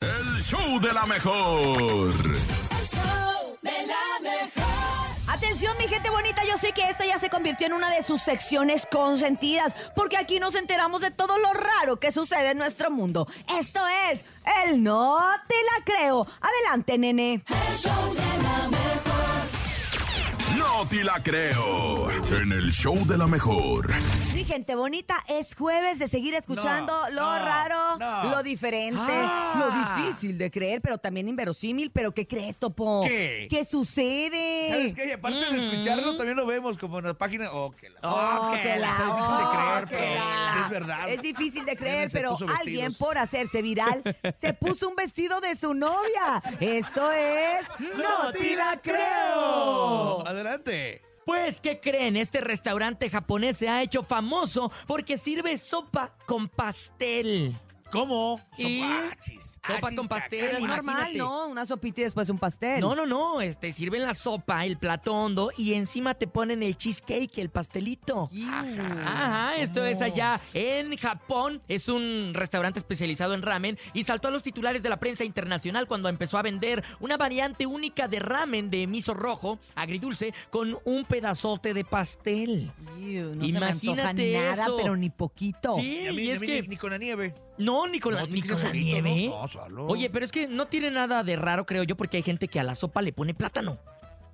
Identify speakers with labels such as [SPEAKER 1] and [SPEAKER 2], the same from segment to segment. [SPEAKER 1] El show de la mejor.
[SPEAKER 2] Atención, mi gente bonita, yo sé que esta ya se convirtió en una de sus secciones consentidas, porque aquí nos enteramos de todo lo raro que sucede en nuestro mundo. Esto es el No Te La Creo. Adelante, nene.
[SPEAKER 1] No te la creo. En el show de la mejor.
[SPEAKER 2] Mi gente bonita, es jueves de seguir escuchando
[SPEAKER 3] No,
[SPEAKER 2] lo
[SPEAKER 3] no,
[SPEAKER 2] raro,
[SPEAKER 3] no.
[SPEAKER 2] lo diferente,
[SPEAKER 3] Ah.
[SPEAKER 2] lo difícil de creer, pero también inverosímil. ¿Pero qué crees, Topo?
[SPEAKER 3] ¿Qué?
[SPEAKER 2] sucede?
[SPEAKER 3] ¿Sabes qué? Y aparte de
[SPEAKER 4] Mm.
[SPEAKER 3] escucharlo, también lo vemos como en la página. Oh, que la-
[SPEAKER 2] Oh,
[SPEAKER 3] que
[SPEAKER 2] que
[SPEAKER 3] la-
[SPEAKER 2] la-
[SPEAKER 3] es difícil de
[SPEAKER 2] oh,
[SPEAKER 3] creer,
[SPEAKER 2] que
[SPEAKER 3] pero
[SPEAKER 2] la-
[SPEAKER 3] sí es verdad.
[SPEAKER 2] Es difícil de creer,
[SPEAKER 3] Nene se
[SPEAKER 2] pero
[SPEAKER 3] puso
[SPEAKER 2] alguien
[SPEAKER 3] vestidos.
[SPEAKER 2] por hacerse viral se puso un vestido de su novia. Esto es No te la creo.
[SPEAKER 3] Adelante.
[SPEAKER 4] Pues, ¿qué creen? Este restaurante japonés se ha hecho famoso porque sirve sopa con pastel.
[SPEAKER 3] ¿Cómo?
[SPEAKER 4] Y-
[SPEAKER 3] Sopachis.
[SPEAKER 4] Sopa
[SPEAKER 3] Achis,
[SPEAKER 4] con pastel,
[SPEAKER 2] Pero
[SPEAKER 3] caca.
[SPEAKER 2] es normal,
[SPEAKER 4] imagínate.
[SPEAKER 2] ¿no? Una sopita y después un pastel.
[SPEAKER 4] No, no, no, este, sirven la sopa, el plato hondo y encima te ponen el cheesecake, el pastelito. Ajá, esto es allá en Japón. Es un restaurante especializado en ramen y saltó a los titulares de la prensa internacional cuando empezó a vender una variante única de ramen de miso rojo, agridulce, con un pedazote de pastel.
[SPEAKER 2] Iu, no se me antoja
[SPEAKER 4] Imagínate
[SPEAKER 2] nada,
[SPEAKER 4] eso.
[SPEAKER 2] pero ni poquito.
[SPEAKER 4] Sí,
[SPEAKER 3] Y a mí-
[SPEAKER 4] y
[SPEAKER 3] a
[SPEAKER 4] es
[SPEAKER 3] mí
[SPEAKER 4] que...
[SPEAKER 3] ni, ni con la nieve.
[SPEAKER 4] No, ni con la,
[SPEAKER 3] No,
[SPEAKER 4] ni
[SPEAKER 3] tiene que
[SPEAKER 4] con
[SPEAKER 3] ser
[SPEAKER 4] la
[SPEAKER 3] solito,
[SPEAKER 4] nieve. ¿eh?
[SPEAKER 3] ¿no? No, solo.
[SPEAKER 4] Oye, pero es que no tiene nada de raro, creo yo, porque hay gente que a la sopa le pone plátano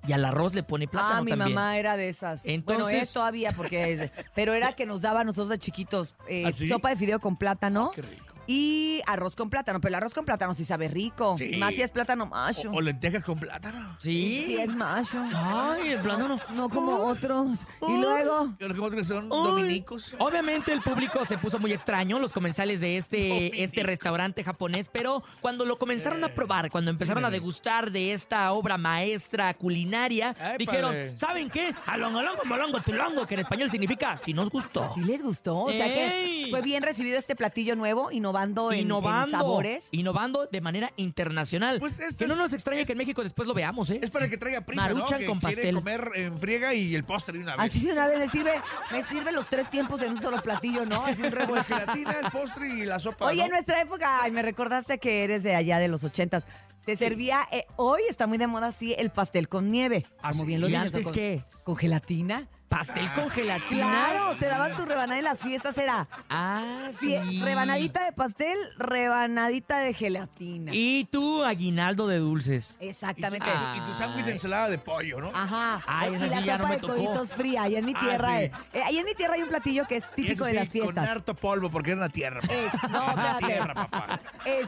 [SPEAKER 4] y al arroz le pone plátano
[SPEAKER 2] ah, mi
[SPEAKER 4] también.
[SPEAKER 2] mamá era de esas. bueno,
[SPEAKER 4] Entonces-
[SPEAKER 2] es todavía, porque es- pero era que nos daba a nosotros de chiquitos eh,
[SPEAKER 3] ¿Ah, sí?
[SPEAKER 2] sopa de fideo con plátano
[SPEAKER 3] Qué rico.
[SPEAKER 2] y arroz con plátano. Pero el arroz con plátano sí sabe rico.
[SPEAKER 3] Sí.
[SPEAKER 2] Y Más si es plátano
[SPEAKER 3] O,
[SPEAKER 2] macho.
[SPEAKER 3] o lentejas con plátano.
[SPEAKER 4] Sí.
[SPEAKER 2] Sí, es macho.
[SPEAKER 4] Ay, el plátano.
[SPEAKER 2] No como otros. Y
[SPEAKER 4] Ay.
[SPEAKER 2] luego.
[SPEAKER 3] Y ahora, ¿Cómo que son
[SPEAKER 4] Ay.
[SPEAKER 3] dominicos?
[SPEAKER 4] Obviamente el público se puso muy extraño, los comensales de este, este restaurante japonés, pero cuando lo comenzaron
[SPEAKER 3] Eh,
[SPEAKER 4] a probar, cuando empezaron a degustar de esta obra maestra culinaria,
[SPEAKER 3] Ay,
[SPEAKER 4] dijeron,
[SPEAKER 3] padre.
[SPEAKER 4] ¿saben qué? Alongolongo, molongo, tulongo, que en español significa si nos gustó.
[SPEAKER 2] Sí les gustó. O sea que
[SPEAKER 4] Ey.
[SPEAKER 2] fue bien recibido este platillo nuevo, innovando, en- en,
[SPEAKER 4] innovando,
[SPEAKER 2] sabores.
[SPEAKER 4] innovando de manera internacional.
[SPEAKER 3] Pues es-
[SPEAKER 4] que no
[SPEAKER 3] es-
[SPEAKER 4] nos extraña que en México después lo veamos, ¿eh?
[SPEAKER 3] Es para que traiga prisa, ¿no?
[SPEAKER 4] Maruchan
[SPEAKER 3] Que
[SPEAKER 4] con
[SPEAKER 3] quiere
[SPEAKER 4] pastel.
[SPEAKER 3] comer en friega y el postre de una vez.
[SPEAKER 2] Así de una vez le sirve, me sirve los tres tiempos en un solo platillo, ¿no? Es un
[SPEAKER 3] Como el
[SPEAKER 2] revuelto.
[SPEAKER 3] gelatina, el postre y la sopa,
[SPEAKER 2] Oye,
[SPEAKER 3] ¿no?
[SPEAKER 2] en nuestra época, ay, me recordaste que eres de allá de los ochentas. Se servía, eh, hoy está muy de moda así, el pastel con nieve.
[SPEAKER 3] Ah,
[SPEAKER 2] como
[SPEAKER 3] sí.
[SPEAKER 2] bien lo
[SPEAKER 4] ¿Y
[SPEAKER 2] dices.
[SPEAKER 4] antes
[SPEAKER 2] o con-
[SPEAKER 4] qué?
[SPEAKER 2] ¿Con gelatina?
[SPEAKER 4] Pastel con gelatina.
[SPEAKER 2] Ah, Claro, te daban tu rebanada en las fiestas, era
[SPEAKER 4] Ah, sí.
[SPEAKER 2] fie- rebanadita de pastel, rebanadita de gelatina.
[SPEAKER 4] Y tu aguinaldo de dulces.
[SPEAKER 3] Y tu-
[SPEAKER 2] Exactamente.
[SPEAKER 4] Ah.
[SPEAKER 3] Y tu sándwich de ensalada de pollo, ¿no?
[SPEAKER 2] Ajá.
[SPEAKER 4] Ay, esa
[SPEAKER 2] y la
[SPEAKER 4] sí ya no
[SPEAKER 2] sopa
[SPEAKER 4] me
[SPEAKER 2] de
[SPEAKER 4] tocó.
[SPEAKER 2] coditos fría. Ahí en mi
[SPEAKER 3] Ah,
[SPEAKER 2] tierra.
[SPEAKER 3] sí.
[SPEAKER 2] eh, eh, ahí en mi tierra hay un platillo que es
[SPEAKER 3] Y
[SPEAKER 2] típico
[SPEAKER 3] eso
[SPEAKER 2] de
[SPEAKER 3] sí,
[SPEAKER 2] las
[SPEAKER 3] Con
[SPEAKER 2] fiestas.
[SPEAKER 3] harto polvo, porque era una tierra. papá.
[SPEAKER 2] Es, no,
[SPEAKER 3] Una
[SPEAKER 2] espérate.
[SPEAKER 3] tierra, papá.
[SPEAKER 2] Es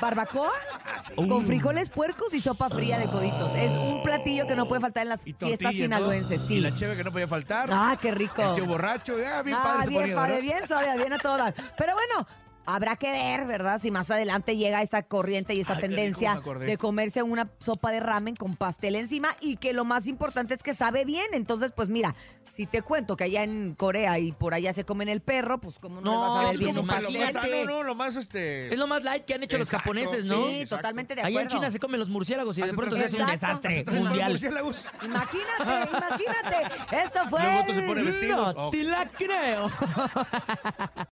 [SPEAKER 2] barbacoa
[SPEAKER 3] Ah, sí.
[SPEAKER 2] con frijoles puercos y sopa fría de coditos. Es un platillo que no puede faltar en las
[SPEAKER 3] Y
[SPEAKER 2] fiestas
[SPEAKER 3] tortilla, ¿no?
[SPEAKER 2] sinaloenses,
[SPEAKER 3] Y
[SPEAKER 2] sí.
[SPEAKER 3] la cheve que no podía faltar.
[SPEAKER 2] Ah, qué rico.
[SPEAKER 3] El tío borracho. Ah, bien
[SPEAKER 2] Ah,
[SPEAKER 3] padre se
[SPEAKER 2] bien
[SPEAKER 3] ponía,
[SPEAKER 2] padre,
[SPEAKER 3] ¿no?
[SPEAKER 2] bien suave, bien a todas. Pero bueno, habrá que ver, ¿verdad? Si más adelante llega esta corriente y esta
[SPEAKER 3] Ay, qué rico, me
[SPEAKER 2] tendencia
[SPEAKER 3] acordé.
[SPEAKER 2] de comerse una sopa de ramen con pastel encima y que lo más importante es que sabe bien. Entonces, pues mira, si te cuento que allá en Corea y por allá se comen el perro, pues como no,
[SPEAKER 4] No,
[SPEAKER 2] les vas a
[SPEAKER 3] Eso
[SPEAKER 2] ver
[SPEAKER 3] es
[SPEAKER 2] bien
[SPEAKER 3] como
[SPEAKER 2] un
[SPEAKER 3] que lo más
[SPEAKER 2] pastel.
[SPEAKER 4] imagínate.
[SPEAKER 3] sano, ¿no? Lo más, este...
[SPEAKER 4] Es lo más light que han hecho los
[SPEAKER 3] Exacto,
[SPEAKER 4] japoneses,
[SPEAKER 3] sí.
[SPEAKER 4] ¿no?
[SPEAKER 2] Sí,
[SPEAKER 3] Exacto.
[SPEAKER 2] totalmente de
[SPEAKER 4] Allá
[SPEAKER 2] acuerdo.
[SPEAKER 4] en China se comen los murciélagos y de
[SPEAKER 3] Hace
[SPEAKER 4] pronto se
[SPEAKER 3] tres
[SPEAKER 4] hace un
[SPEAKER 2] años.
[SPEAKER 4] desastre
[SPEAKER 2] Hace
[SPEAKER 3] Tres
[SPEAKER 4] mundial.
[SPEAKER 3] eh, murciélagos.
[SPEAKER 2] Imagínate, imagínate. Esto fue.
[SPEAKER 3] Luego
[SPEAKER 2] el-
[SPEAKER 3] oh. otro se pone vestidos.
[SPEAKER 4] No, te la creo.